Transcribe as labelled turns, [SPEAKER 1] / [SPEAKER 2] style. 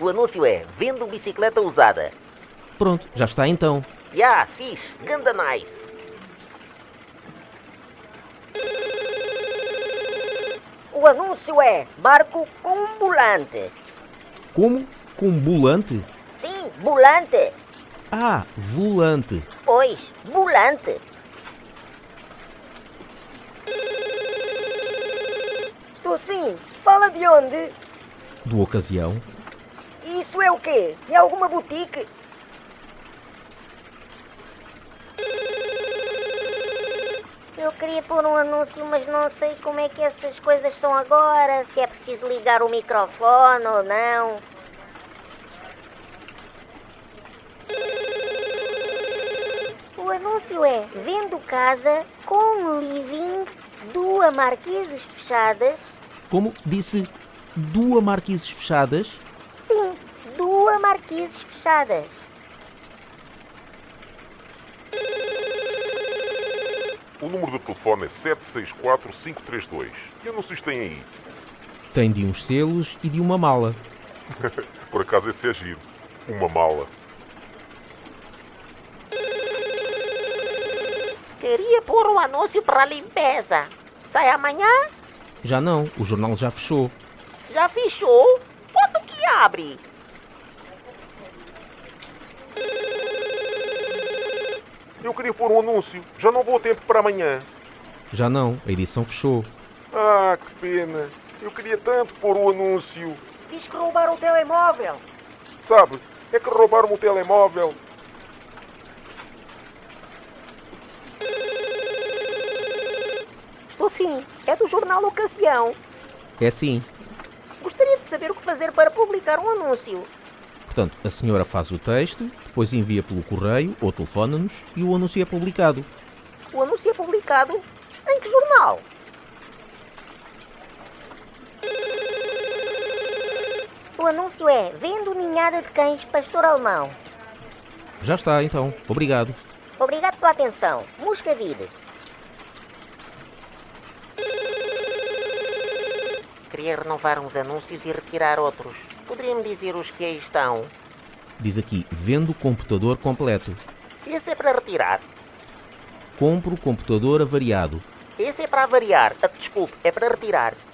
[SPEAKER 1] O anúncio é: vendo bicicleta usada.
[SPEAKER 2] Pronto, já está então.
[SPEAKER 1] Ya, fiz, ganda nice.
[SPEAKER 3] O anúncio é barco com bulante.
[SPEAKER 2] Como? Com bulante?
[SPEAKER 3] Sim, bulante.
[SPEAKER 2] Ah, volante.
[SPEAKER 3] Pois, bulante. Estou sim. Fala de onde?
[SPEAKER 2] Do ocasião.
[SPEAKER 3] Isso é o quê? É alguma boutique?
[SPEAKER 4] Eu queria pôr um anúncio, mas não sei como é que essas coisas são agora, se é preciso ligar o microfone ou não. O anúncio é Vendo casa com living, duas marquises fechadas.
[SPEAKER 2] Como disse, duas marquises fechadas.
[SPEAKER 4] Sim, duas marquises fechadas.
[SPEAKER 5] O número de telefone é 764532. Que anúncios tem aí?
[SPEAKER 2] Tem de uns selos e de uma mala.
[SPEAKER 5] Por acaso esse é giro. Uma mala.
[SPEAKER 1] Queria pôr um anúncio para limpeza. Sai amanhã?
[SPEAKER 2] Já não, o jornal já fechou.
[SPEAKER 1] Já fechou? Quando que abre?
[SPEAKER 5] Eu queria pôr um anúncio. Já não vou a tempo para amanhã.
[SPEAKER 2] Já não, a edição fechou.
[SPEAKER 5] Ah, que pena. Eu queria tanto pôr o anúncio.
[SPEAKER 3] Diz que roubaram o telemóvel.
[SPEAKER 5] Sabe, é que roubaram o telemóvel.
[SPEAKER 3] Estou sim. É do jornal Ocasião.
[SPEAKER 2] É sim.
[SPEAKER 3] Gostaria de saber o que fazer para publicar um anúncio.
[SPEAKER 2] Portanto, a senhora faz o texto, depois envia pelo correio ou telefona-nos e o anúncio é publicado.
[SPEAKER 3] O anúncio é publicado em que jornal?
[SPEAKER 4] O anúncio é Vendo ninhada de cães pastor alemão.
[SPEAKER 2] Já está, então. Obrigado.
[SPEAKER 4] Obrigado pela atenção. Musca Vide.
[SPEAKER 1] Queria renovar uns anúncios e retirar outros. Poderia-me dizer os que aí estão?
[SPEAKER 2] Diz aqui: vendo computador completo.
[SPEAKER 1] Esse é para retirar.
[SPEAKER 2] Compro computador avariado.
[SPEAKER 1] Esse é para variar. Ah, Desculpe, é para retirar.